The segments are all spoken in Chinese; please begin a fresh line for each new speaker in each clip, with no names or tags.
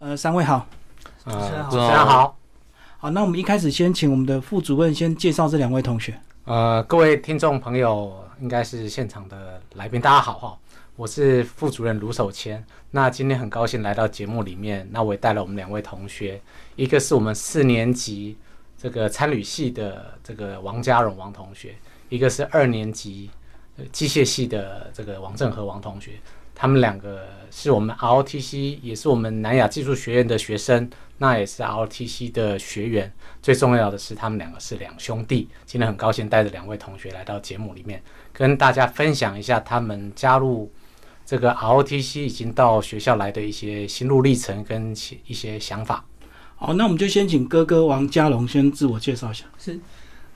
呃，三位好，
呃，
大家好，
好，那我们一开始先请我们的副主任先介绍这两位同学。
呃，各位听众朋友，应该是现场的来宾，大家好哈，我是副主任卢守谦。那今天很高兴来到节目里面，那我也带了我们两位同学，一个是我们四年级这个参旅系的这个王家荣王同学，一个是二年级呃机械系的这个王正和王同学。他们两个是我们 ROTC，也是我们南亚技术学院的学生，那也是 ROTC 的学员。最重要的是，他们两个是两兄弟。今天很高兴带着两位同学来到节目里面，跟大家分享一下他们加入这个 ROTC 已经到学校来的一些心路历程跟其一些想法。
好，那我们就先请哥哥王家龙先自我介绍一下。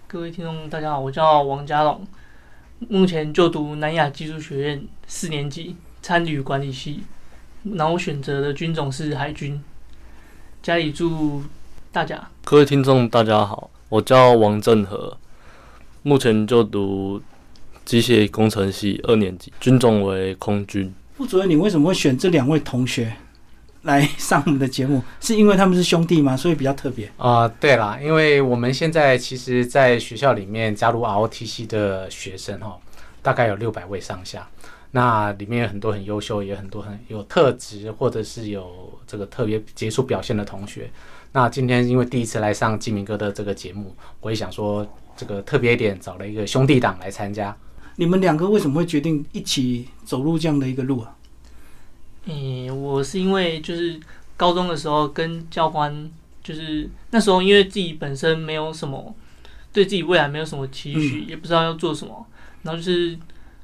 各位听众大家好，我叫王家龙，目前就读南亚技术学院四年级参与管理系，然后我选择的军种是海军，家里住大甲，
各位听众，大家好，我叫王振和，目前就读机械工程系二年级，军种为空军。
副主任，你为什么会选这两位同学来 上我们的节目？是因为他们是兄弟吗？所以比较特别。
啊、对啦，因为我们现在其实，在学校里面加入 ROTC 的学生哦，大概有六百位上下。那里面有很多很优秀，也很多很有特质，或者是有这个特别杰出表现的同学。那今天因为第一次来上金明哥的这个节目，我也想说这个特别一点，找了一个兄弟党来参加。
你们两个为什么会决定一起走入这样的一个路啊？
诶、我是因为就是高中的时候跟教官，就是那时候因为自己本身没有什么对自己未来没有什么期许，
嗯
也不知道要做什么，然后就是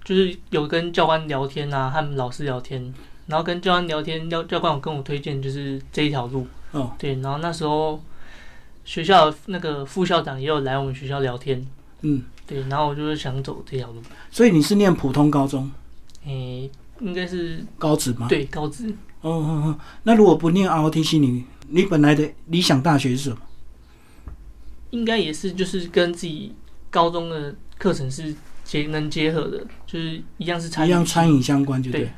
就是有跟教官聊天啊，和老师聊天，然后跟教官聊天，教教官有跟我推荐就是这一条路，
哦，
对，然后那时候学校那个副校长也有来我们学校聊天，
嗯，
对，然后我就是想走这条路，
所以你是念普通高中、
诶、应该是
高职吗？。
对高职，
哦哦哦，那如果不念 ROTC，你你本来的理想大学是什么？
应该也是就是跟自己高中的课程是结能结合的，就是一样是餐
一样餐
饮
饮相关，就对
对。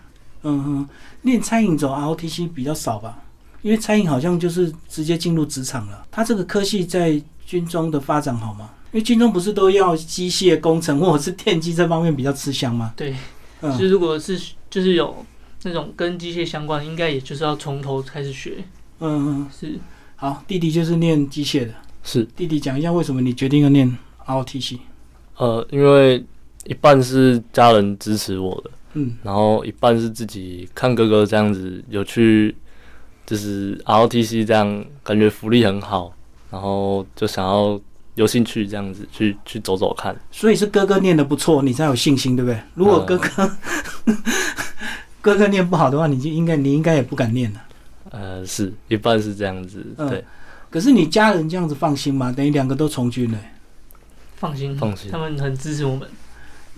嗯哼，练餐饮走 ROTC 比较少吧，因为餐饮好像就是直接进入职场了。它这个科系在军中的发展好吗？因为军中不是都要机械工程或者是电机这方面比较吃香吗？
对，就
嗯
是如果是就是有那种跟机械相关，应该也就是要从头开始学，
嗯嗯，
是
好，弟弟就是念机械的。
是，
弟弟讲一下为什么你决定要念 ROTC？
呃，因为一半是家人支持我的，
嗯，
然后一半是自己看哥哥这样子有去，就是 ROTC 这样感觉福利很好，然后就想要有兴趣这样子去去走走看。
所以是哥哥念的不错，你才有信心，对不对？如果哥哥、 哥哥念不好的话，你就应该你应该也不敢念了。
呃，是一半是这样子，
嗯
对，
可是你家人这样子放心吗？等于两个都从军了欸、
放心，
放心
他们很支持我们，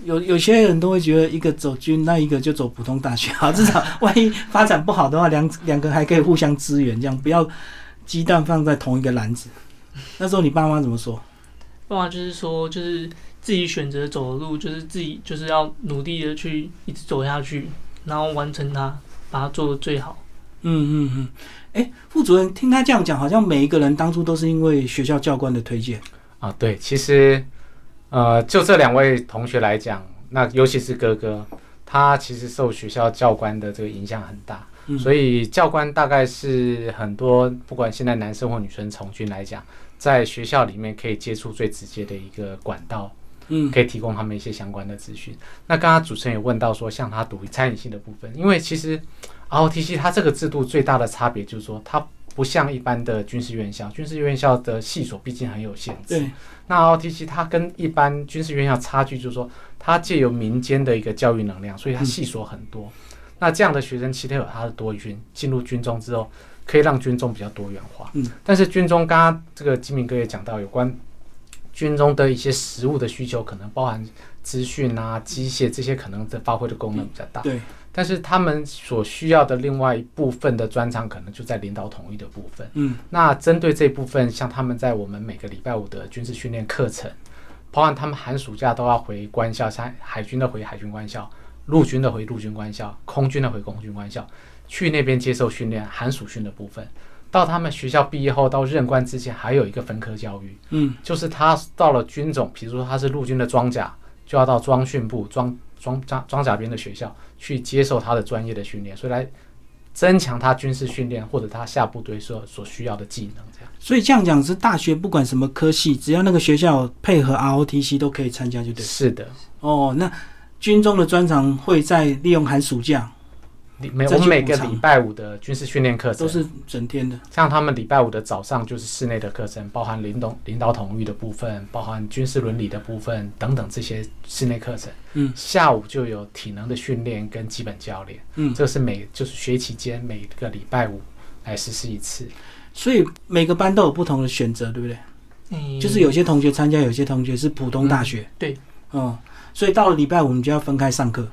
有有些人都会觉得一个走军，那一个就走普通大学， 好，至 少万一发展不好的话，两两个还可以互相支援，这样不要鸡蛋放在同一个篮子。那时候你爸妈怎么说？
不然就是说就是自己选择走的路，就是自己就是要努力的去一直走下去，然后完成它，把它做的最好。
嗯嗯嗯，哎、副主任听他这样讲，好像每一个人当初都是因为学校教官的推荐。
啊，对，其实，呃，就这两位同学来讲，那尤其是哥哥，他其实受学校教官的这个影响很大，
嗯
所以教官大概是很多不管现在男生或女生从军来讲，在学校里面可以接触最直接的一个管道，
嗯
可以提供他们一些相关的资讯。那刚刚主持人也问到说，像他读餐饮系的部分，因为其实 ROTC 它这个制度最大的差别就是说，它不像一般的军事院校，军事院校的系所毕竟很有限制。
对，
那 ROTC 它跟一般军事院校差距就是说，它借由民间的一个教育能量，
嗯
所以它细说很多。那这样的学生其实有他的多元，进入军中之后，可以让军中比较多元化。
嗯，
但是军中刚刚这个金明哥也讲到有关军中的一些实物的需求，可能包含资讯啊、机械这些，可能的发挥的功能比较大。
嗯对，
但是他们所需要的另外一部分的专长，可能就在领导统一的部分。
嗯，
那针对这部分，像他们在我们每个礼拜五的军事训练课程，包含他们寒暑假都要回官校，像海军的回海军官校，陆军的回陆军官校，空军的回空军官校，去那边接受训练，寒暑训的部分。到他们学校毕业后到任官之前，还有一个分科教育，
嗯，
就是他到了军种，比如说他是陆军的装甲，就要到装训部、装装装装甲兵的学校去接受他的专业的训练，所以来增强他军事训练或者他下部队所所需要的技能。这样
所以这样讲是大学不管什么科系，只要那个学校配合 ROTC 都可以参加，就对了。
是的，
哦，那军中的专长会在利用寒暑假，
你每
再去
我们每个
补偿
礼拜五的军事训练课
都
程
是整天的。
像他们礼拜五的早上就是室内的课程，包含领导领导统御的部分，包含军事伦理的部分等等这些室内课程。
嗯
下午就有体能的训练跟基本教练，
嗯，
这是每就是学期间每个礼拜五来实施一次。
所以每个班都有不同的选择，对不对？
嗯，
就是有些同学参加，有些同学是普通大学。
对，
嗯，所以到了礼拜五，你就要分开上课。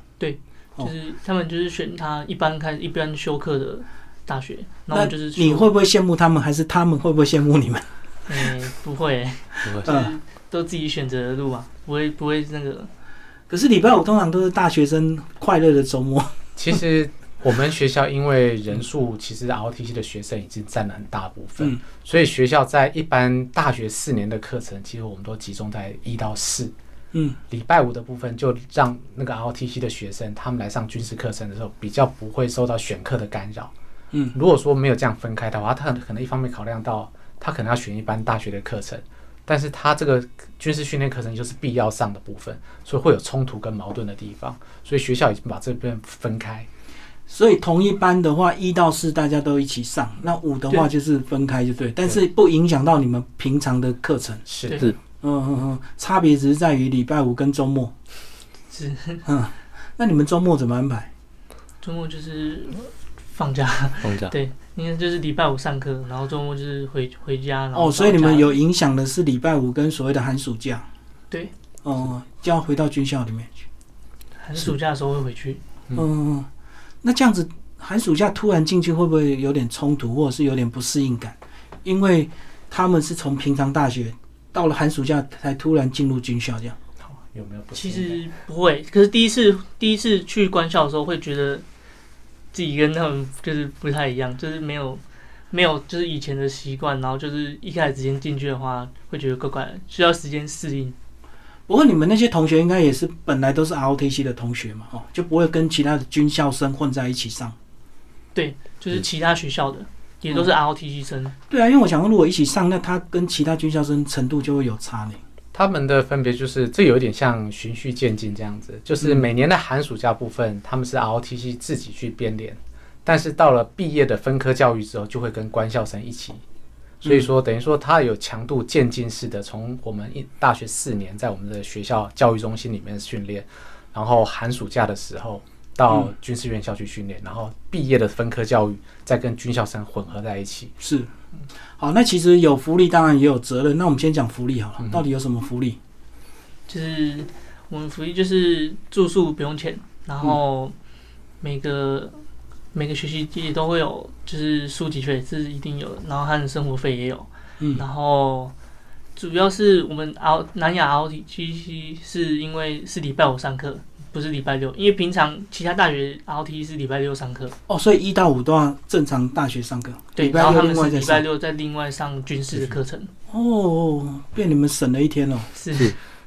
哦
就是他们就是选他一般开一般修课的大学，然
那
后就是
你
说，
会不会羡慕他们，还是他们会不会羡慕你 们？
嗯、不会，
不
嗯
会
就是都自己选择的路啊，不会不会那个，
可是礼拜五通常都是大学生快乐的周末。
其实我们学校因为人数，其实 ROTC 的学生已经占了很大部分，
嗯
所以学校在一般大学四年的课程，其实我们都集中在一到四。
嗯，
礼拜五的部分就让那个 ROTC 的学生他们来上军事课程的时候，比较不会受到选课的干扰。
嗯，
如果说没有这样分开的话，他可能一方面考量到他可能要选一般大学的课程，但是他这个军事训练课程就是必要上的部分，所以会有冲突跟矛盾的地方， 所以学校已经把这边分开。
所以同一班的话，一到四大家都一起上，那五的话就是分开就对，但是不影响到你们平常的课程。
是
对
嗯嗯嗯，差别只是在于礼拜五跟周末。
是
嗯，那你们周末怎么安排？
周末就是放假，
放假
对应该就是礼拜五上课，然后周末就是回回家，然后
哦，所以你
到
们
家
有影响的是礼拜五跟所谓的寒暑假。
对。
哦、就要回到军校里面去。
寒暑假的时候会回去，
嗯
嗯嗯，嗯那这样子寒暑假突然进去会不会有点冲突，或者是有点不适应感？因为他们是从平常大学到了寒暑假才突然进入军校这样。
好，有没有不
其
同意见
实不会，可是第一次第一次去官校的时候，会觉得自己跟他们就是不太一样，就是没有没有就是以前的习惯，然后就是一开始直接进去的话，会觉得怪怪的，需要时间适应。
不过你们那些同学应该也是本来都是 ROTC 的同学嘛，哦，就不会跟其他的军校生混在一起上。嗯
就是其他学校的也都是 ROTC 生，
对啊，因为我想说，如果一起上，那他跟其他军校生程度就会有差呢。
他们的分别就是，这有点像循序渐进这样子，就是每年的寒暑假部分，他们是 ROTC 自己去编联，但是到了毕业的分科教育之后，就会跟官校生一起。
嗯
所以说，等于说它有强度渐进式的，从我们一大学四年在我们的学校教育中心里面训练，然后寒暑假的时候到军事院校去训练，然后毕业的分科教育再跟军校生混合在一起。
嗯是，好，那其实有福利，当然也有责任。那我们先讲福利好了，
嗯
到底有什么福利？
就是我们福利就是住宿不用钱，然后每个、每个学期也都会有，就是书籍费是一定有的，然后他的生活费也有。
嗯
然后主要是我们 R 南亚 R T G 是因为是礼拜五上课，不是礼拜六，因为平常其他大学 R T 是礼拜六上课，
哦，所以一到五都要正常大学上课，
对，
礼拜
然后
六
他们
另外
是
再
礼拜
上。
六再另外上军事的课程，
哦，被你们省了一天哦。
是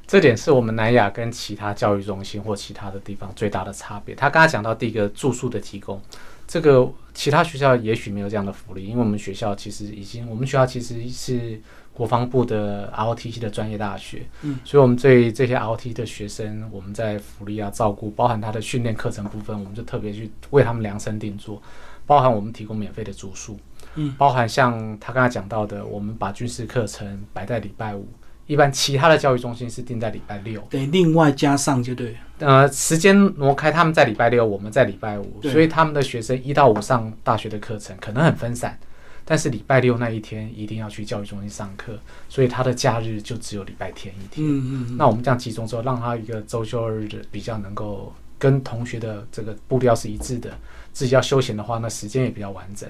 这点是我们南亚跟其他教育中心或其他的地方最大的差别。他刚才讲到第一个住宿的提供，这个其他学校也许没有这样的福利，因为我们学校其实已经，我们学校其实是国防部的 ROTC 的专业大学，
嗯
所以我们对这些 ROT 的学生，我们在福利啊、照顾，包含他的训练课程部分，我们就特别去为他们量身定做，包含我们提供免费的住宿，
嗯
包含像他刚才讲到的，我们把军事课程摆在礼拜五。一般其他的教育中心是定在礼拜六，
得另外加上就对了。
呃，时间挪开，他们在礼拜六，我们在礼拜五，
对
所以他们的学生一到五上大学的课程可能很分散，但是礼拜六那一天一定要去教育中心上课，所以他的假日就只有礼拜天一天。
嗯嗯嗯。
那我们这样集中之后，让他一个周休日的比较能够跟同学的这个步调是一致的，自己要休闲的话，那时间也比较完整。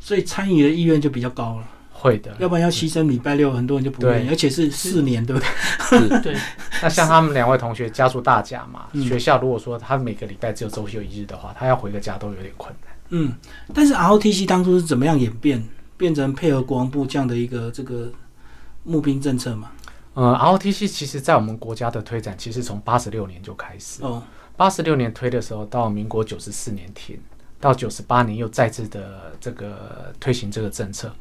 所以参与的意愿就比较高了，
会的，
嗯
要不然要牺牲礼拜六，很多人就不愿意，
对
而且是四年，对不对？
对，
那像他们两位同学家住大甲嘛，
嗯
学校如果说他每个礼拜只有周休一日的话，他要回个家都有点困难。
嗯，但是 ROTC 当初是怎么样演变，变成配合国防部这样的一个这个募兵政策嘛？
呃，ROTC 其实在我们国家的推展，其实从八十六年就开始。
哦，
八十六年推的时候，到民国九十四年停，到九十八年又再次的这个推行这个政策。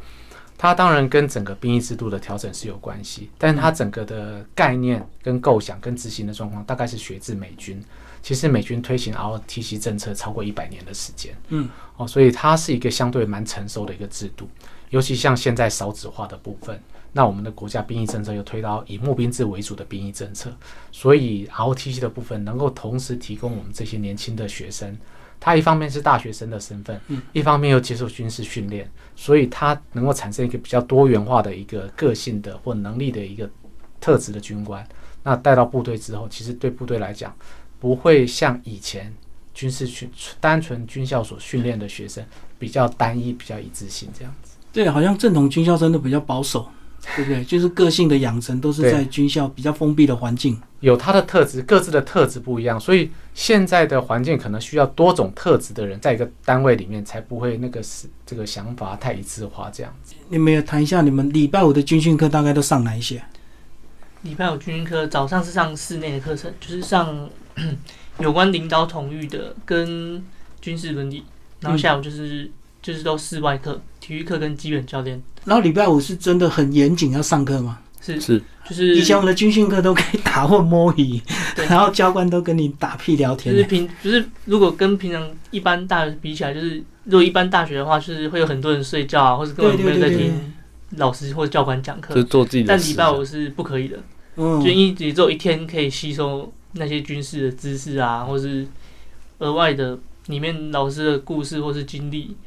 它当然跟整个兵役制度的调整是有关系，但是它整个的概念、跟构想、跟执行的状况，大概是学自美军。其实美军推行 ROTC 政策超过一百年的时间，
嗯，
哦，所以它是一个相对蛮成熟的一个制度。尤其像现在少子化的部分，那我们的国家兵役政策又推到以募兵制为主的兵役政策，所以 ROTC 的部分能够同时提供我们这些年轻的学生，他一方面是大学生的身份，
嗯
一方面又接受军事训练，所以他能够产生一个比较多元化的一个个性的或能力的一个特质的军官。那带到部队之后，其实对部队来讲，不会像以前军事训单纯军校所训练的学生比较单一、比较一致性这样子。
对，好像正统军校生都比较保守，对 不对？就是个性的养成都是
对
在军校比较封闭的环境。
有它的特质，各自的特质不一样，所以现在的环境可能需要多种特质的人在一个单位里面，才不会那个是这个想法太一致化这样子。
你们也谈一下你们礼拜五的军训课大概都上哪一些？
礼拜五军训课早上是上室内的课程，就是上 有关领导统御的跟军事伦理，然后
嗯
下午就是、就是都室外课，体育课跟基本教练
然后礼拜五是真的很严谨要上课吗？
是
是
就是
以前我们的军训课都可以打混摸鱼，
对
然后教官都跟你打屁聊
就是
天。
平就是如果跟平常一般大学比起来，就是如果一般大学的话，就是会有很多人睡觉啊，或是根
对
本没
对
有
对
在
对
听，老师或教官讲课
就。做自己的
但
事
礼
这
拜
样。
五是不可以的，
嗯
就，一直只有一天可以吸收那些军事的知识啊，或是额外的里面老师的故事或是经历。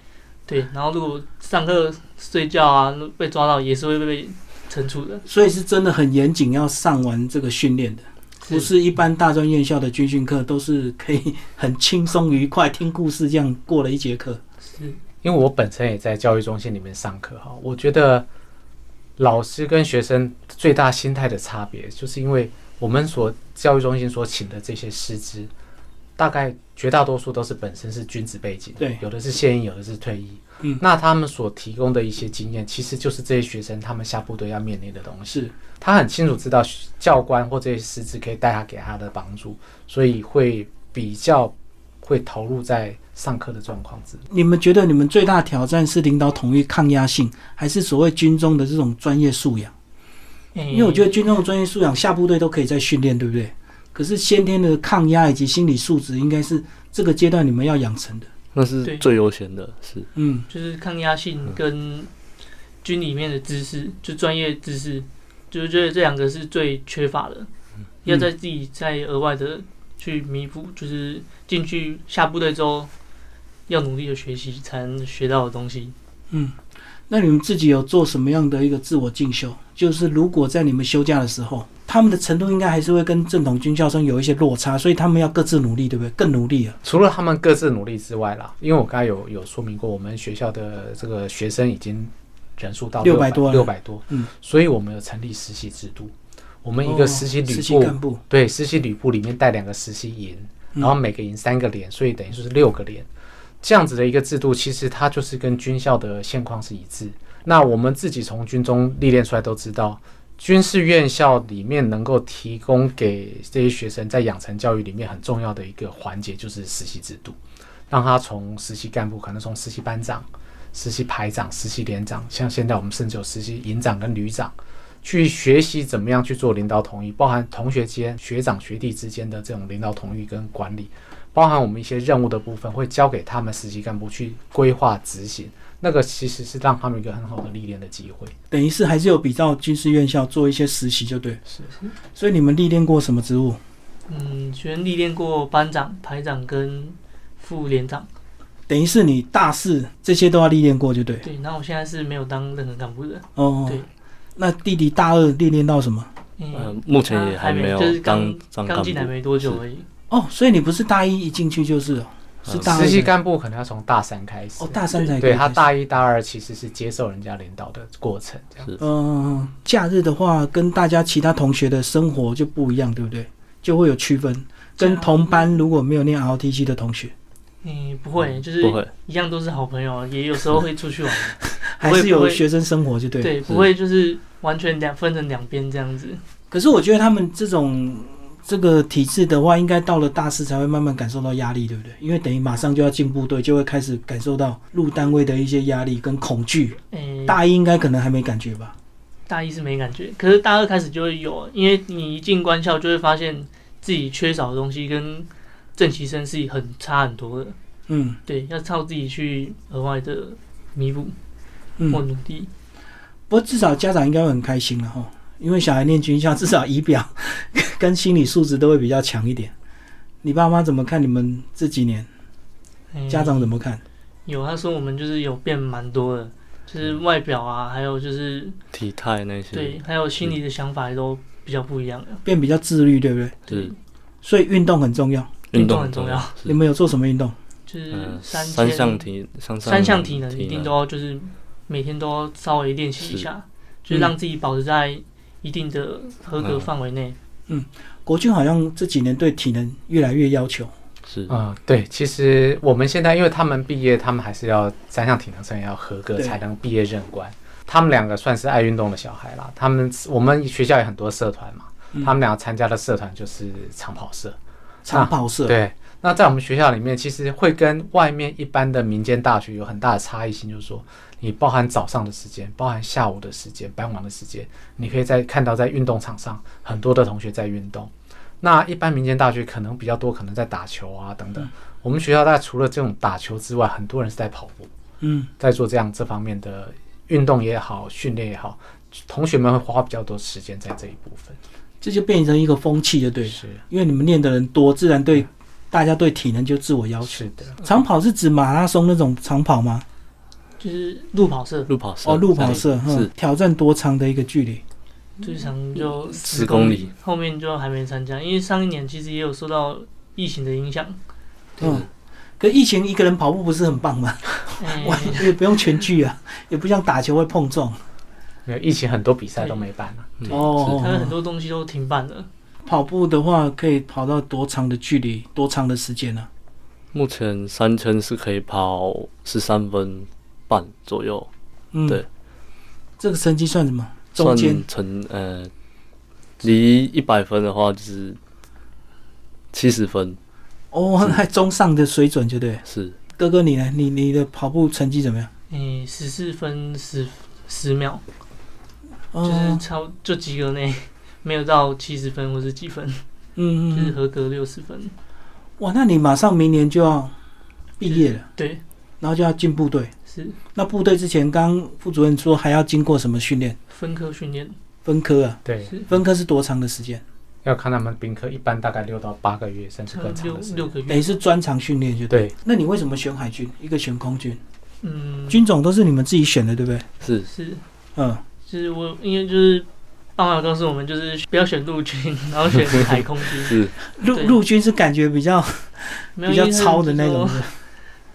对，然后如果上课睡觉啊，被抓到也是会被惩处的。
所以是真的很严谨要上完这个训练的，不是一般大专院校的军训课都是可以 很轻松愉快听故事这样过了一节课。
是
因为我本身也在教育中心里面上课哈，我觉得老师跟学生最大心态的差别，就是因为我们所教育中心所请的这些师资，大概绝大多数都是本身是军职背景，
对
有的是现役，有的是退役，
嗯
那他们所提供的一些经验，其实就是这些学生他们下部队要面临的东西。
是，
他很清楚知道教官或这些师资可以带他给他的帮助，所以会比较会投入在上课的状况之中
你们觉得你们最大的挑战是领导统一抗压性，还是所谓军中的这种专业素养？因为我觉
得
得军中的专业素养下部队都可以再训练，对不对？可是先天的抗压以及心理素质，应该是这个阶段你们要养成的。
那是
对
最优先的，是
嗯，
就是抗压性跟军里面的知识，就专业知识，就是觉得这两个是最缺乏的，
嗯
要在自己再额外的去弥补，就是进去下部队之后要努力的学习才能学到的东西。
那你们自己有做什么样的一个自我进修？就是如果在你们休假的时候，他们的程度应该还是会跟正统军校生有一些落差，所以他们要各自努力，对不对？更努力了。
除了他们各自努力之外啦，因为我刚才有有说明过，我们学校的这个学生已经人数到
600多了
六百多，
嗯，
所以我们有成立实习制度。我们一个实习
哦实
旅
习
部，
干部，
对，实习旅部里面带两个实习营，
嗯
然后每个营三个连，所以等于说是六个连。这样子的一个制度，其实它就是跟军校的现况是一致。那我们自己从军中历练出来都知道，军事院校里面能够提供给这些学生在养成教育里面很重要的一个环节，就是实习制度，让他从实习干部，可能从实习班长、实习排长、实习连长，像现在我们甚至有实习营长跟旅长。去学习怎么样去做领导统一，包含同学间、学长学弟之间的这种领导统一跟管理，包含我们一些任务的部分，会交给他们实习干部去规划执行。那个其实是让他们一个很好的历练的机会。
等于是还是有比较军事院校做一些实习，就对。
是，
所以你们历练过什么职务？
嗯，学生历练过班长、排长跟副连长，
等于是你大四这些都要历练过，就对。
对，然后我现在是没有当任何干部的，
哦，
对。
那弟弟大二历练到什么？
呃
嗯，，
目前也
他还
没
就是
有
刚
当当干
刚
部
进来，没多久而已，
哦，所以你不是大一一进去就是哦，是
嗯
大二
实习
的
干部可能要从大三开始。
哦，大三才可以
对他
开始
大一、大二其实是接受人家领导的过程，这样
是
嗯，假日的话，跟大家其他同学的生活就不一样，对不对？就会有区分。跟同班如果没有念 ROTC 的同学，
嗯，不会，就是
不会，
一样都是好朋友，也有时候会出去玩，
还是有学生生活就对了。
对，不会就是完全两分成两边这样子。
可是我觉得他们这种这个体制的话，应该到了大四才会慢慢感受到压力，对不对？因为等于马上就要进部队，就会开始感受到入单位的一些压力跟恐惧。
诶、
大一应该可能还没感觉吧？
大一是没感觉，可是大二开始就会有，因为你一进官校就会发现自己缺少的东西跟正习生是很差很多的，
嗯
对，要靠自己去额外的弥补
嗯。
或努力。
不过至少家长应该会很开心了哈，因为小孩念军校，至少仪表 跟心理素质都会比较强一点。你爸妈怎么看你们这几年？
诶
家长怎么看？
有，他说我们就是有变蛮多的，就是外表啊，还有就是
体态那些，
对，还有心里的想法也都比较不一样了。
变比较自律，对不对？
是
所以运动很重要。
运
运
动
动
很
很
重
重
要
要，
你
是
们有做什么运动？
就是
嗯，
三
三
千
项体三项
三项体能一
体
定都要就是每天都要稍微练习一下，就是
嗯
让自己保持在一定的合格范围内。
国军好像这几年对体能越来越要求。
是
啊
嗯，对，其实我们现在因为他们毕业，他们还是要三项体能证要合格
对
才能毕业任官。他们两个算是爱运动的小孩啦。他们我们学校有很多社团嘛，
嗯
他们俩参加的社团就是长跑社。
长跑社，
对，那在我们学校里面，其实会跟外面一般的民间大学有很大的差异性，就是说，你包含早上的时间，包含下午的时间，傍晚的时间，你可以在看到在运动场上很多的同学在运动。那一般民间大学可能比较多，可能在打球啊等等。我们学校大概除了这种打球之外，很多人是在跑步，
嗯，
在做这样这方面的运动也好，训练也好，同学们会花比较多时间在这一部分。
这就变成一个风气，就对了。
是
因为你们练的人多，自然对大家对体能就自我要求。
是的，
嗯
长跑是指马拉松那种长跑吗？
就是路跑社
路跑社
哦，路跑社，
是
嗯，挑战多长的一个距离？
最长就
十公
里，
里，
后面就还没参加，因为上一年其实也有受到疫情的影响。
嗯，可疫情一个人跑步不是很棒吗？
哎
哇也不用全聚啊，也不像打球会碰撞。
没有疫情很多比赛都没办啊了。
嗯
哦
还有很多东西都停办了，
跑步的话，可以跑到多长的距离，多长的时间呢、啊
是目前三圈是可以跑十三分半左右，
嗯，
对，
这个成绩算什么？中
算
间
成呃，离一百分的话就是七十分，
哦，还中上的水准，就对了。
是
哥哥你呢？你你的跑步成绩怎么样？
哎，十四分十十秒，
哦
就是超就及格内， 没有到七十分或是几分，就
嗯
是
嗯，嗯
合格六十分。
哇，那你马上明年就要毕业了，
对，
然后就要进部队。
是
那部队之前，刚刚副主任说还要经过什么训练？
分科训练，
分科啊，
对，
是
分科是多长的时间？
要看他们宾客一般大概六到八个月，甚至
差不
更
多
长
六
的时
六
间。
个
等于
月。
是专长训练，就对。
对，
那你为什么选海军？一个选空军，
嗯，
军种都是你们自己选的，对不对？
是
是，
嗯，
就是我因为就是爸妈有告诉我们，就是不要选陆军， 然后选海空 军，
是
陆
对
陆军是感觉比较
没有
比较糙的那种，，
因为他们就说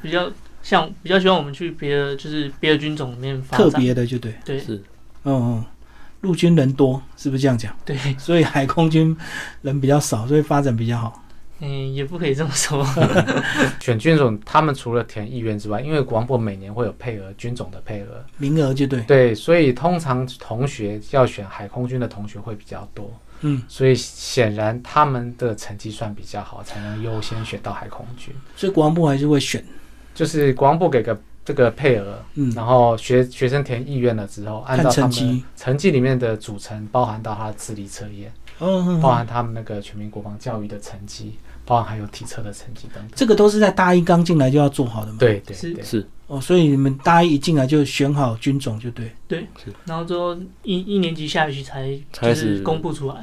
比较像比较希望我们去别的就是别的军种里面发
特
展。
别的，就对。
对
是
嗯嗯，陆军人多，是不是这样讲？
对，
所以海空军人比较少，所以发展比较好。
嗯，也不可以这么说。
选军种，他们除了填意愿之外，因为国防部每年会有配额军种的配额，
名额就对，
对，所以通常同学要选海空军的同学会比较多，
嗯，
所以显然他们的成绩算比较好，才能优先选到海空军。
所以国防部还是会选。
就是国防部给个这个配额，
嗯，
然后学学生填意愿了之后，按照他
看成
们
绩
成绩里面的组成，包含到他的智力测验。
嗯，嗯
包
嗯
含他们那个全民国防教育的成绩，包含还有体测的成绩等等。
这个都是在大一刚进来就要做好的嘛。
对对
是
对，
是
哦，所以你们大一一进来就选好军种就对。
然后之后一一年级下学期才就
开
是
始
公布出来，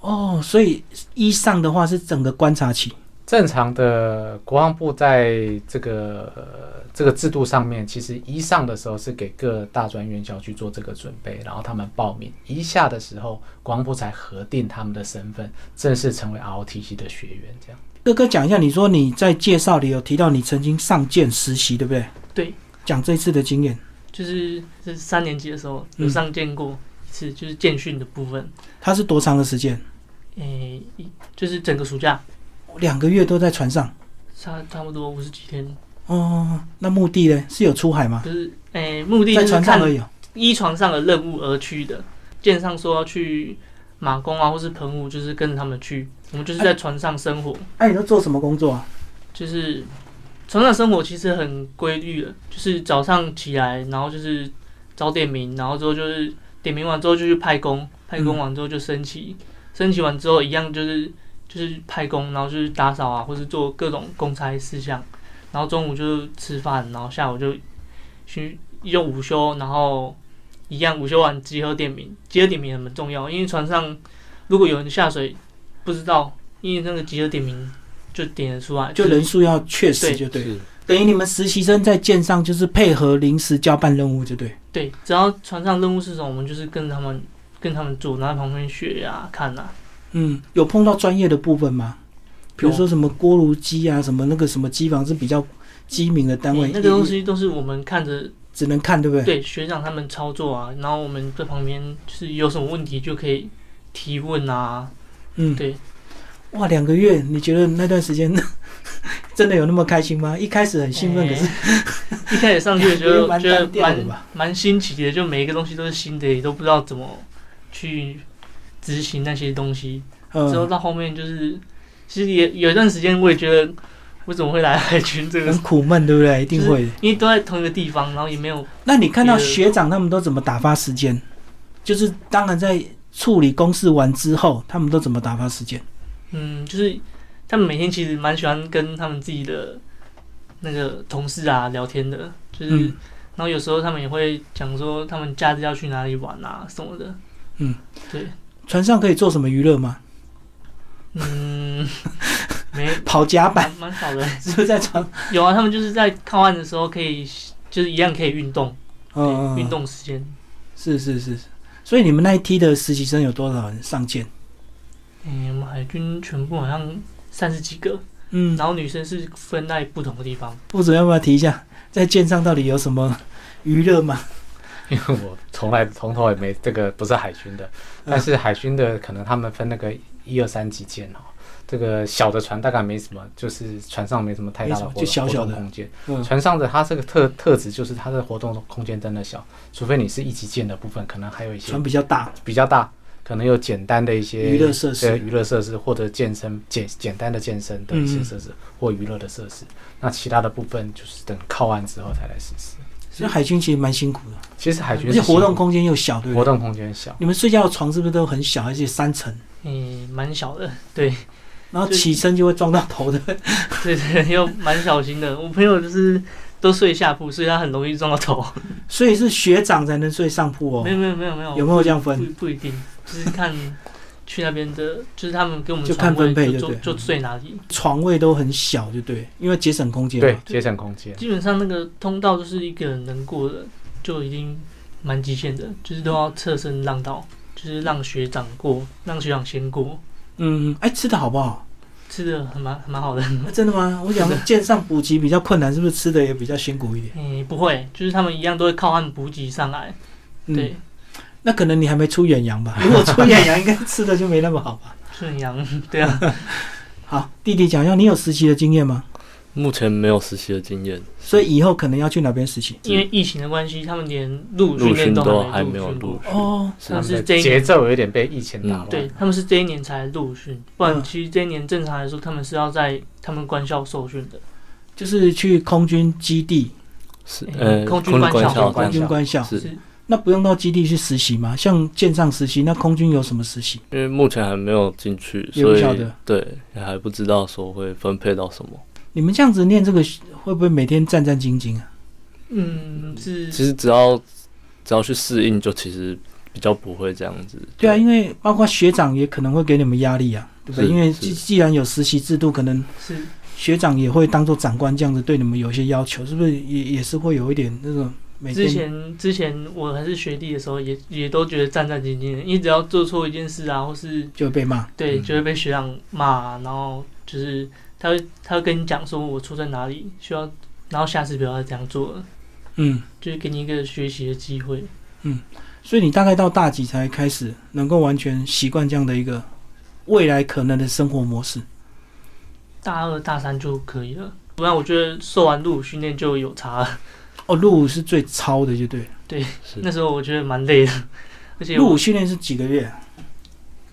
哦，所以一上的话是整个观察期。
正常的国防部在这个、呃这个制度上面，其实一上的时候是给各大专院校去做这个准备，然后他们报名；一下的时候，国防部才核定他们的身份，正式成为 ROTC 的学员。这样
哥哥讲一下，你说你在介绍里有提到你曾经上舰实习，对不对？
对，
讲这次的经验。
就是是三年级的时候有
嗯
上见过一次，就是见训的部分。
它是多长的时间？
诶、一就是整个暑假
两个月都在船上，
差差不多五十几天，
哦，那目的呢？是有出海吗？
就是诶、目的
在
就是
船上而
看
已哦、
依船上的任务而去的。舰上说要去马公啊，或是澎湖，就是跟着他们去。我们就是在船上生活，
哎、你都做什么工作啊？
就是船上生活其实很规律的，就是早上起来，然后就是早点名，然后之后就是点名完之后就去派工，派工完之后就升旗，升旗完之后一样就是就是派工，然后就是打扫啊，或是做各种公差事项，然后中午就吃饭，然后下午就去又午休，然后一样午休完集合点名，集合点名很重要，因为船上如果有人下水不知道，因为那个集合点名就点得出来，
就
能。
人数要确实
对
就对，
是
等于你们实习生在舰上就是配合临时交办任务就对。
对，只要船上任务是什么，我们就是跟他们跟他们做，然后在旁边学呀、看呐、啊
嗯，有碰到专业的部分吗？比如说什么锅炉机啊，什么那个什么机房是比较机敏的单位，
嗯那个东
也
西都是我们看着
只能看对不对？
对学长他们操作啊，然后我们在旁边就是有什么问题就可以提问啊。
嗯，
对，
哇，两个月，你觉得那段时间 真的有那么开心吗？一开始很兴奋，
哎
可是
一开始上去的时 候
蛮
觉得
单调的
蛮
吧
蛮新奇的，就每一个东西都是新的，也都不知道怎么去执行那些东西。之后
嗯，
到后面就是，其实也有一段时间我也觉得我怎么会来海军这 个
很苦闷，对不对？一定会的。
因为都在同一个地方，然后也没有
那你看到
也
学长他们都怎么打发时间？就是当然在处理公事完之后，他们都怎么打发时间？
嗯，就是他们每天其实蛮喜欢跟他们自己的那个同事啊聊天的，就是、
嗯
然后有时候他们也会讲说他们假日要去哪里玩啊什么的。
嗯，
对，
船上可以做什么娱乐吗？
嗯， 没
跑甲板
蛮蛮少的。
是不是在船？
有啊，他们就是在靠岸的时候可以，就是一样可以运动，对
嗯，嗯
运
嗯
动时间。
是是是。所以你们那一梯的实习生有多少人上舰？
嗯，我们海军全部好像三十几个，
嗯，
然后女生是分在不同的地方。
副主任要不要提一下，在舰上到底有什么娱乐吗？
因为我从来从头也没这个不是海军的，
嗯
但是海军的可能他们分那个一二三级舰哦，这个小的船大概没什么，就是船上没什么太大
没什
的
么
活
就小小的
活动空间。
嗯
船上的它这个特特质就是它的活动空间真的小，除非你是一级舰的部分，可能还有一些
船比较大，
比较大，可能有简单的一些
娱乐设施
对娱乐设施或者健身简简单的健身的一些
嗯
设施、或娱乐的设施。那其他的部分就是等靠岸之后才来实施。
所以海军其实蛮辛苦的，
其实海军
而
是
且活动
辛苦
空间又小，对不
活
对？
动空间小，
你们睡觉的床是不是都很小，而且三层，
嗯，蛮小的，对。
然后
对
起身就会撞到头的？
对对，又蛮小心的。我朋友就是都睡下铺，所以他很容易撞到头。
所以是学长才能睡上铺
没有
哦，
没有没有没有，
有没有这样
不
分？
不一定，就是看去那边的，就是他们给我们
就看
床
分
位
配
就
就对嗯
就就睡哪里。
床位都很小，就对，因为节省空间
对
嘛。
节省空间。
基本上那个通道就是一个人能过的，就已经蛮极限的，就是都要侧身让道，就是让学长过，让学长先过。
嗯，哎，吃的好不好？
吃的很蛮很蛮好的，
嗯
啊真的吗？我想舰上补给比较困难，是不是吃的也比较辛苦一点？
嗯，不会，就是他们一样都会靠岸补给上来，
嗯
对，，
那可能你还没出远洋吧？如 果出远洋，应该吃的就没那么好吧？
顺阳， 对啊，
好，弟弟讲一下，你有实习的经验吗？
目前没有实习的经验，
所以以后可能要去哪边实习？
因为疫情的关系，他们连陆
陆
训
训
练
都
还
还没有
训过
陆训。
哦，
他们
们的
是这一
节
年，
奏有点被疫情打乱。
嗯
对，他们是这一年才陆训，不然
嗯
其实这一年正常来说，他们是要在他们官校受训的，
就是去空军基地、
是
嗯
呃，
空军
军
官校
校这
空
样啊
官
军
校
官校，
是
是
那不用到基地去实习吗？像舰上实习，那空军有什么实习？
因为目前还没有进去，
也不
所
晓
以
得
对也还不知道说会分配到什么。
你们这样子念这个，会不会每天战战兢兢啊？
嗯，是
其实只要只要去适应，就其实比较不会这样子。
对啊，因为包括学长也可能会给你们压力啊，对不对？
是
因为
是
既既然有实习制度，可能
是
学长也会当做长官这样子对你们有一些要求，是不是也也是会有一点那种每
之
天
前之前我还是学弟的时候也，也都觉得战战兢兢的，因为只要做错一件事啊，或是
就会被骂？
对，
嗯
就会被学长骂啊、然后就是他会他会跟你讲说我错在哪里，需要，然后下次不要再这样做了，
嗯，
就是给你一个学习的机会。
所以你大概到大几才开始能够完全习惯这样的一个未来可能的生活模式？
大二大三就可以了。不然我觉得受完入伍训练就有差了。
哦，入伍是最超的，就对了。
是
那时候我觉得蛮累的，而且
入
我
伍训练是几个月啊？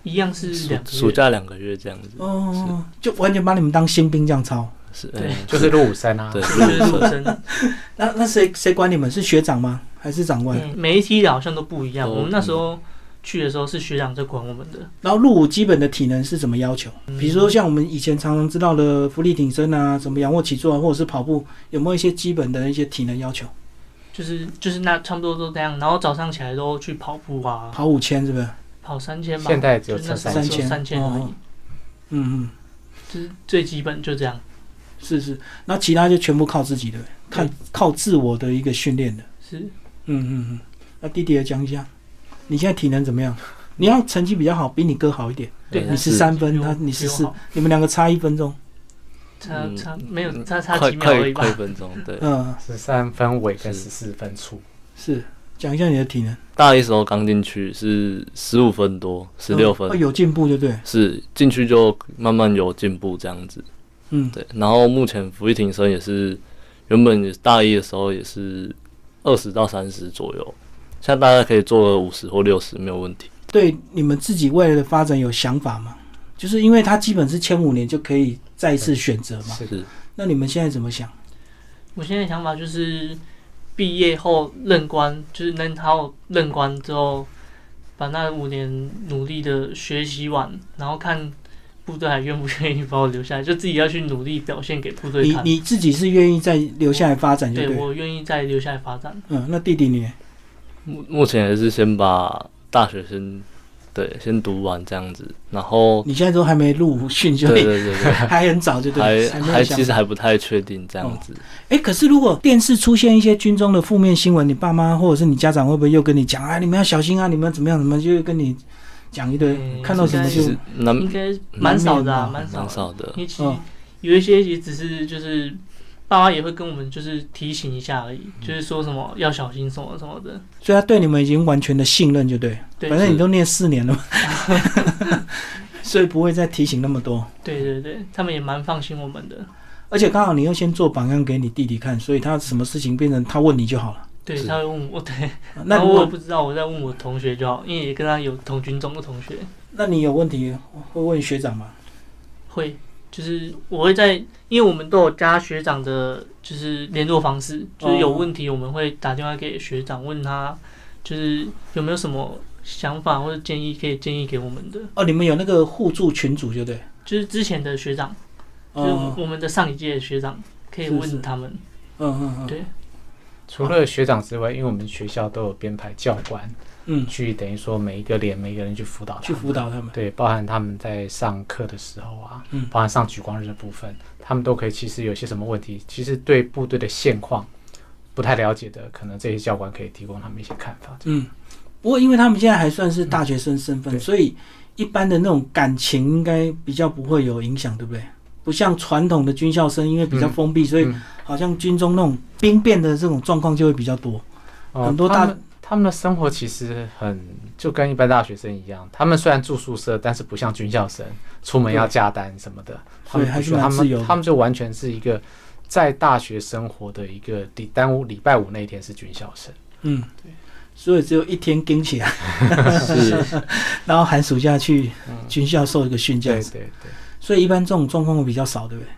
一样是
暑
两个
暑
月，
假两个月这样子，
嗯
哦，就完全把你们当新兵这样操。
是
对
嗯
就是入伍生啊。
对，
就是入生。
那那谁谁管你们？是学长吗？还是长官？
嗯，每一梯的好像都不一样。
都
我们那时候去的时候是学长在管我们的，
然后入伍基本的体能是怎么要求？嗯
嗯
比如说像我们以前常常知道的浮力挺身啊，什么仰卧起坐啊，或者是跑步，有没有一些基本的一些体能要求？
就是就是那差不多都这样。然后早上起来都去跑步啊，
跑五千是不是？
跑三千吧，
现在只有
就是
测
那时候
三
千
只有三千而已，
哦嗯嗯，
就是最基本就这样。
是是。然后其他就全部靠自己的，看靠自我的一个训练的。
是
嗯嗯嗯。那弟弟也讲一下，你现在体能怎么样？你要成绩比较好，比你哥好一点。
对
你
那
十
是
三分，
比我
他你十
比
四
我好，
你们两个差一分钟。
差
嗯
差没有
嗯
差差
快
几秒而
快
已吧
快。一分钟，对，
嗯、
十三分尾跟十
是
四分出，
是。讲一下你的体能，
大一时候刚进去是十五分多，十六分
哦，，有进步就对。
是进去就慢慢有进步这样子，
嗯，
对。然后目前福利挺身也是原本也大一的时候也是二十到三十左右，现在大概可以做个五十或六十没有问题。
对你们自己未来的发展有想法吗？就是因为它基本是前五年就可以再次选择嘛。
是
是
那你们现在怎么想？
我现在想法就是毕业后任官，就是能好任官之后，把那五年努力的学习完，然后看部队还愿不 愿意把我留下来，就自己要去努力表现给部队
你
看。
你自己是愿意再留下来发展就
对
对了。
我愿意再留下来发展。
嗯，那弟弟你呢
目目前也是先把大学先对先读完这样子，然后
你现在都还没入伍训就
对对对对，
还很早就对
还
了，没有
还
想
其实还不太确定这样子。
哎、可是如果电视出现一些军中的负面新闻，你爸妈或者是你家长会不会又跟你讲啊，你们要小心啊，你们怎么样怎么样，就跟你讲一堆，
嗯
看到什么
其
就
实难
应该蛮少的、啊，
难
蛮少
嗯蛮
的。
少的，
你其
嗯
有一些也只是就是爸妈也会跟我们就是提醒一下而已，就是说什么要小心什么什么的。
所以他对你们已经完全的信任，就对。
对
反正你都念四年了嘛，所以不会再提醒那么多。
对对对，他们也蛮放心我们的。
而且刚好你又先做榜样给你弟弟看，所以他什么事情变成他问你就好了。
对，
是
他会问我， 对，
那
然
如
啊后我也
果
不知道，我在问我同学就好，因为也跟他有同军中的同学
那你有问题会问学长吗？
会，就是我会在，因为我们都有加学长的，就是联络方式，就是
哦
有问题我们会打电话给学长问他，就是有没有什么想法或者建议可以建议给我们的，
哦，你们有那个互助群组就对。
就是之前的学长，就是
哦，
我们的上一届的学长可以
是是
问他们，
嗯嗯嗯，
对
除了学长之外，因为我们学校都有编排教官
嗯，
去，等于说每一个连每一个人去辅导他们
去辅导他们。
对，包含他们在上课的时候啊，
嗯
包含上举光日的部分，他们都可以。其实有些什么问题，其实对部队的现况不太了解的，可能这些教官可以提供他们一些看法。
嗯，不过因为他们现在还算是大学生身
嗯
份，
对
所以一般的那种感情应该比较不会有影响，对不对？不像传统的军校生，因为比较封闭，所以
嗯
好像军中那种兵变的这种状况就会比较多。
呃
很多
他
大
们他们的生活其实很就跟一般大学生一样，他们虽然住宿舍，但是不像军校生出门要加单什么的，他
对
们
还
不
是
需要
蛮
他
自由的
们他们就完全是一个在大学生活的一个礼单五礼拜五那一天是军校生，
嗯，所以只有一天跟起来，
是
然后寒暑假去军校受一个训这
对
样
对
子。
对，
所以一般这种状况会比较少，对不对？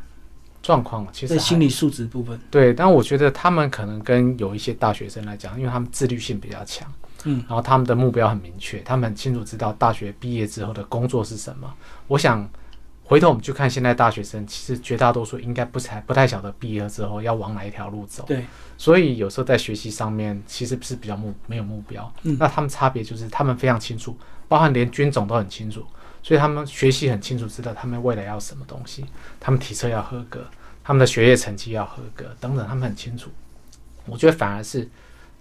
状况其实
在
还
心理素质部分，
对，但我觉得他们可能跟有一些大学生来讲，因为他们自律性比较强，
嗯
然后他们的目标很明确，他们很清楚知道大学毕业之后的工作是什么。我想回头我们去看现在大学生，其实绝大多数应该不才不太晓得毕业之后要往哪一条路走，
对，
所以有时候在学习上面其实是比较目没有目标。
嗯
那他们差别就是他们非常清楚，包含连军种都很清楚，所以他们学习很清楚，知道他们未来要什么东西，他们体测要合格，他们的学业成绩要合格等等，他们很清楚。我觉得反而是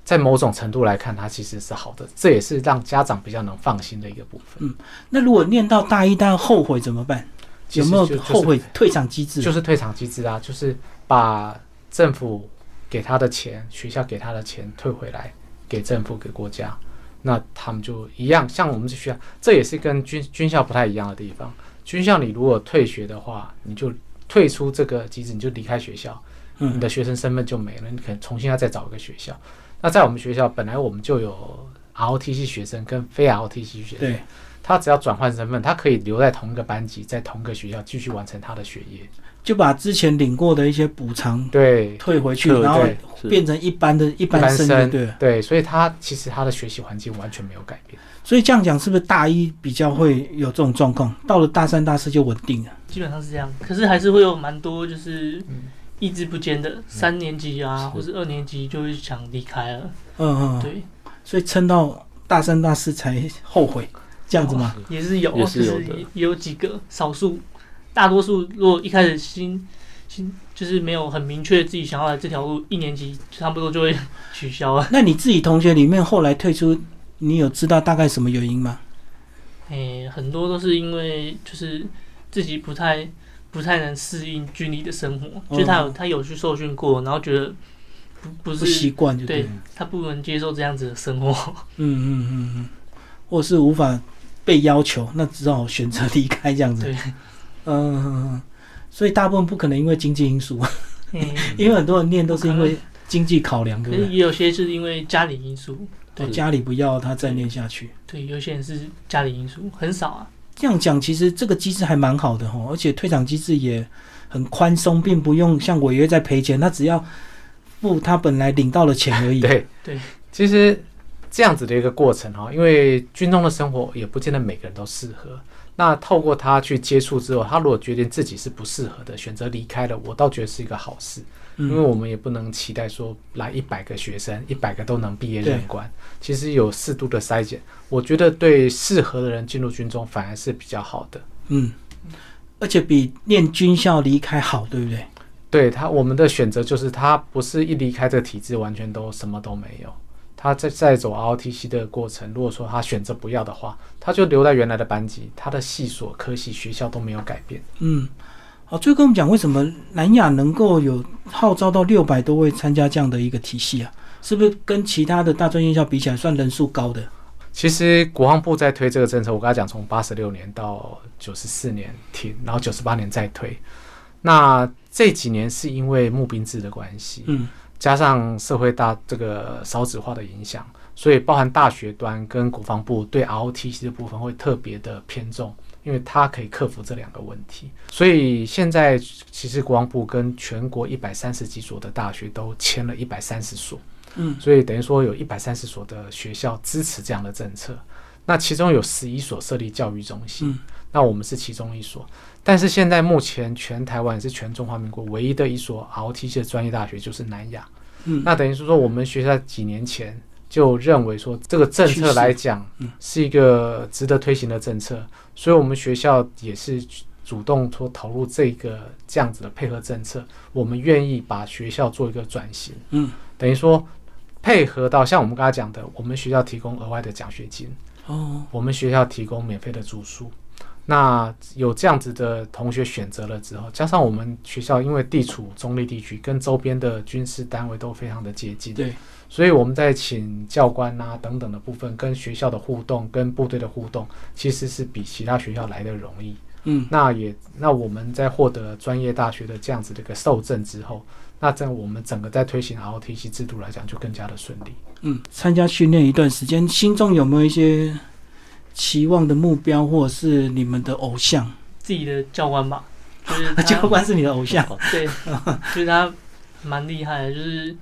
在某种程度来看，它其实是好的，这也是让家长比较能放心的一个部
嗯
分。
那如果念到大一、大二后悔怎么办？
其
有
实
没有
就
后悔退场机制？
就是？就是退场机制啊，就是把政府给他的钱，学校给他的钱退回来给政府给国家，那他们就一样。像我们是学校，这也是跟军军校不太一样的地方。军校你如果退学的话，你就退出这个机制，你就离开学校，你
嗯
的学生身份就没了，你可能重新要再找一个学校。那在我们学校，本来我们就有 ROTC 学生跟非 ROTC 学生
对，，
他只要转换身份，他可以留在同一个班级，在同一个学校继续完成他的学业。
就把之前领过的一些补偿
对，
退回去，
对
然后
对
是
变成一般的一
一般
般生就对了。
对，所以他其实他的学习环境完全没有改变。
所以这样讲，是不是大一比较会有这种状况？到了大三、大四就稳定了。
基本上是这样。可是还是会有蛮多就是
嗯
意志不坚的，三年级啊，
是
或是二年级就会想离开了。
嗯嗯，
对，
所以撑到大三、大四才后悔，这样子吗？
也是有，
也
就是
有的
也有几个少数，大多数如果一开始心心就是没有很明确自己想要来这条路，一年级差不多就会取消了。
那你自己同学里面后来退出，你有知道大概什么原因吗？
诶、哎很多都是因为就是自己不太不太能适应军里的生活，就是他有他有去受训过，然后觉得不不
不习
是
惯就
对
了
他不能接受这样子的生活。
嗯嗯嗯嗯，或是无法被要求，那只好选择离开这样子。
对
嗯，嗯嗯，所以大部分不可能因为经济因素，
诶、
因为很多人念都是因为经济考量，
哎可
对不
是
对？
也有些是因为家里因素，
对，
是
家里不要他再念下去。
对，有些人是家里因素，很少啊。
这样讲，其实这个机制还蛮好的哈，而且退场机制也很宽松，并不用像违约在赔钱，他只要付他本来领到的钱而已。
对
对，
其实这样子的一个过程哦哈、因为军中的生活也不见得每个人都适合。那透过他去接触之后，他如果决定自己是不适合的，选择离开了，我倒觉得是一个好事，
嗯，
因为我们也不能期待说来一百个学生，一百个都能毕业
对
任官。其实有适度的筛检，我觉得对适合的人进入军中反而是比较好的。
嗯，而且比念军校离开好，对不对？
对他，我们的选择就是他不是一离开这个体制，完全都什么都没有。他在在走 ROTC 的过程，如果说他选择不要的话，他就留在原来的班级，他的系所、科系、学校都没有改变。
嗯，好，最后跟我们讲为什么南亚能够有号召到六百多位参加这样的一个体系啊？是不是跟其他的大专院校比起来算人数高的？
其实国防部在推这个政策，我刚才讲从八十六年到九十四年停，然后九十八年再推。那这几年是因为募兵制的关系，
嗯
加上社会大这个少子化的影响，所以包含大学端跟国防部对 ROTC 的部分会特别的偏重，因为它可以克服这两个问题。所以现在其实国防部跟全国一百三十几所的大学都签了一百三十所，
嗯
所以等于说有一百三十所的学校支持这样的政策。那其中有十一所设立教育中心，
嗯
那我们是其中一所。但是现在目前全台湾也是全中华民国唯一的一所 ROTC 的专业大学，就是南亚。
嗯，
那等于是说，我们学校几年前就认为说，这个政
趋势
策来讲
嗯
是一个值得推行的政策，所以我们学校也是主动说投入这个这样子的配合政策，我们愿意把学校做一个转型，
嗯，
等于说配合到像我们刚才讲的，我们学校提供额外的奖学金，
哦，
我们学校提供免费的住宿。那有这样子的同学选择了之后，加上我们学校因为地处中立地区，跟周边的军事单位都非常的接近，
对，
所以我们在请教官啊等等的部分，跟学校的互动、跟部队的互动，其实是比其他学校来的容易。
嗯
那也那我们在获得专业大学的这样子的一个受证之后，那这样我们整个在推行 ROTC 制度来讲就更加的顺利。
嗯，参加训练一段时间，心中有没有一些期望的目标，或者是你们的偶像？
自己的教官吧，就是他
教官是你的偶 像，
对，就是他蛮厉害的，就是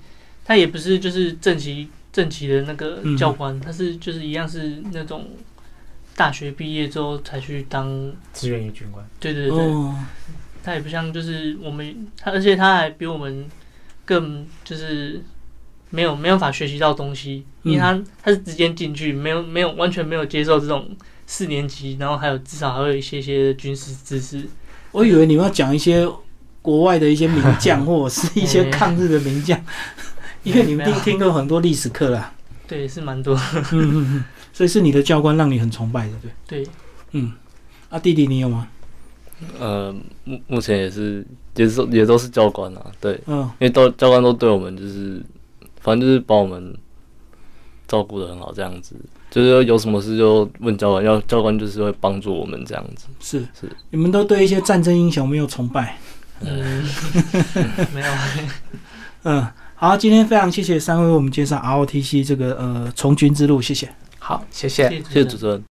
他也不是就是正旗正旗的那个教官，他是就是一样是那种大学毕业之后才去当，
志愿役军官，
对对对，
哦，
他也不像就是我们他，而且他还比我们更就是没有没有办法学习到东西，因为他他是直接进去，没有没有完全没有接受这种四年级，然后还有至少还会有一些些军事知识，
我以为你们要讲一些国外的一些名将，或者是一些抗日的名 将，因为你们
没
听
有
听过很多历史课啦，
对，是蛮多的，
嗯 所以是你的教官让你很崇拜的，对。
对。
啊，弟弟你有吗？
呃，目目前也是也是也都是教官啊，对，
嗯，
因为都教官都对我们就是，反正就是把我们照顾的很好，这样子，就是有什么事就问教官，要教官就是会帮助我们这样子。
是
是，
你们都对一些战争英雄没有崇拜，
嗯，没有，
嗯，好，今天非常谢谢三位为我们介绍 ROTC 这个呃从军之路，谢谢。
好，谢谢。
谢
谢谢主持人。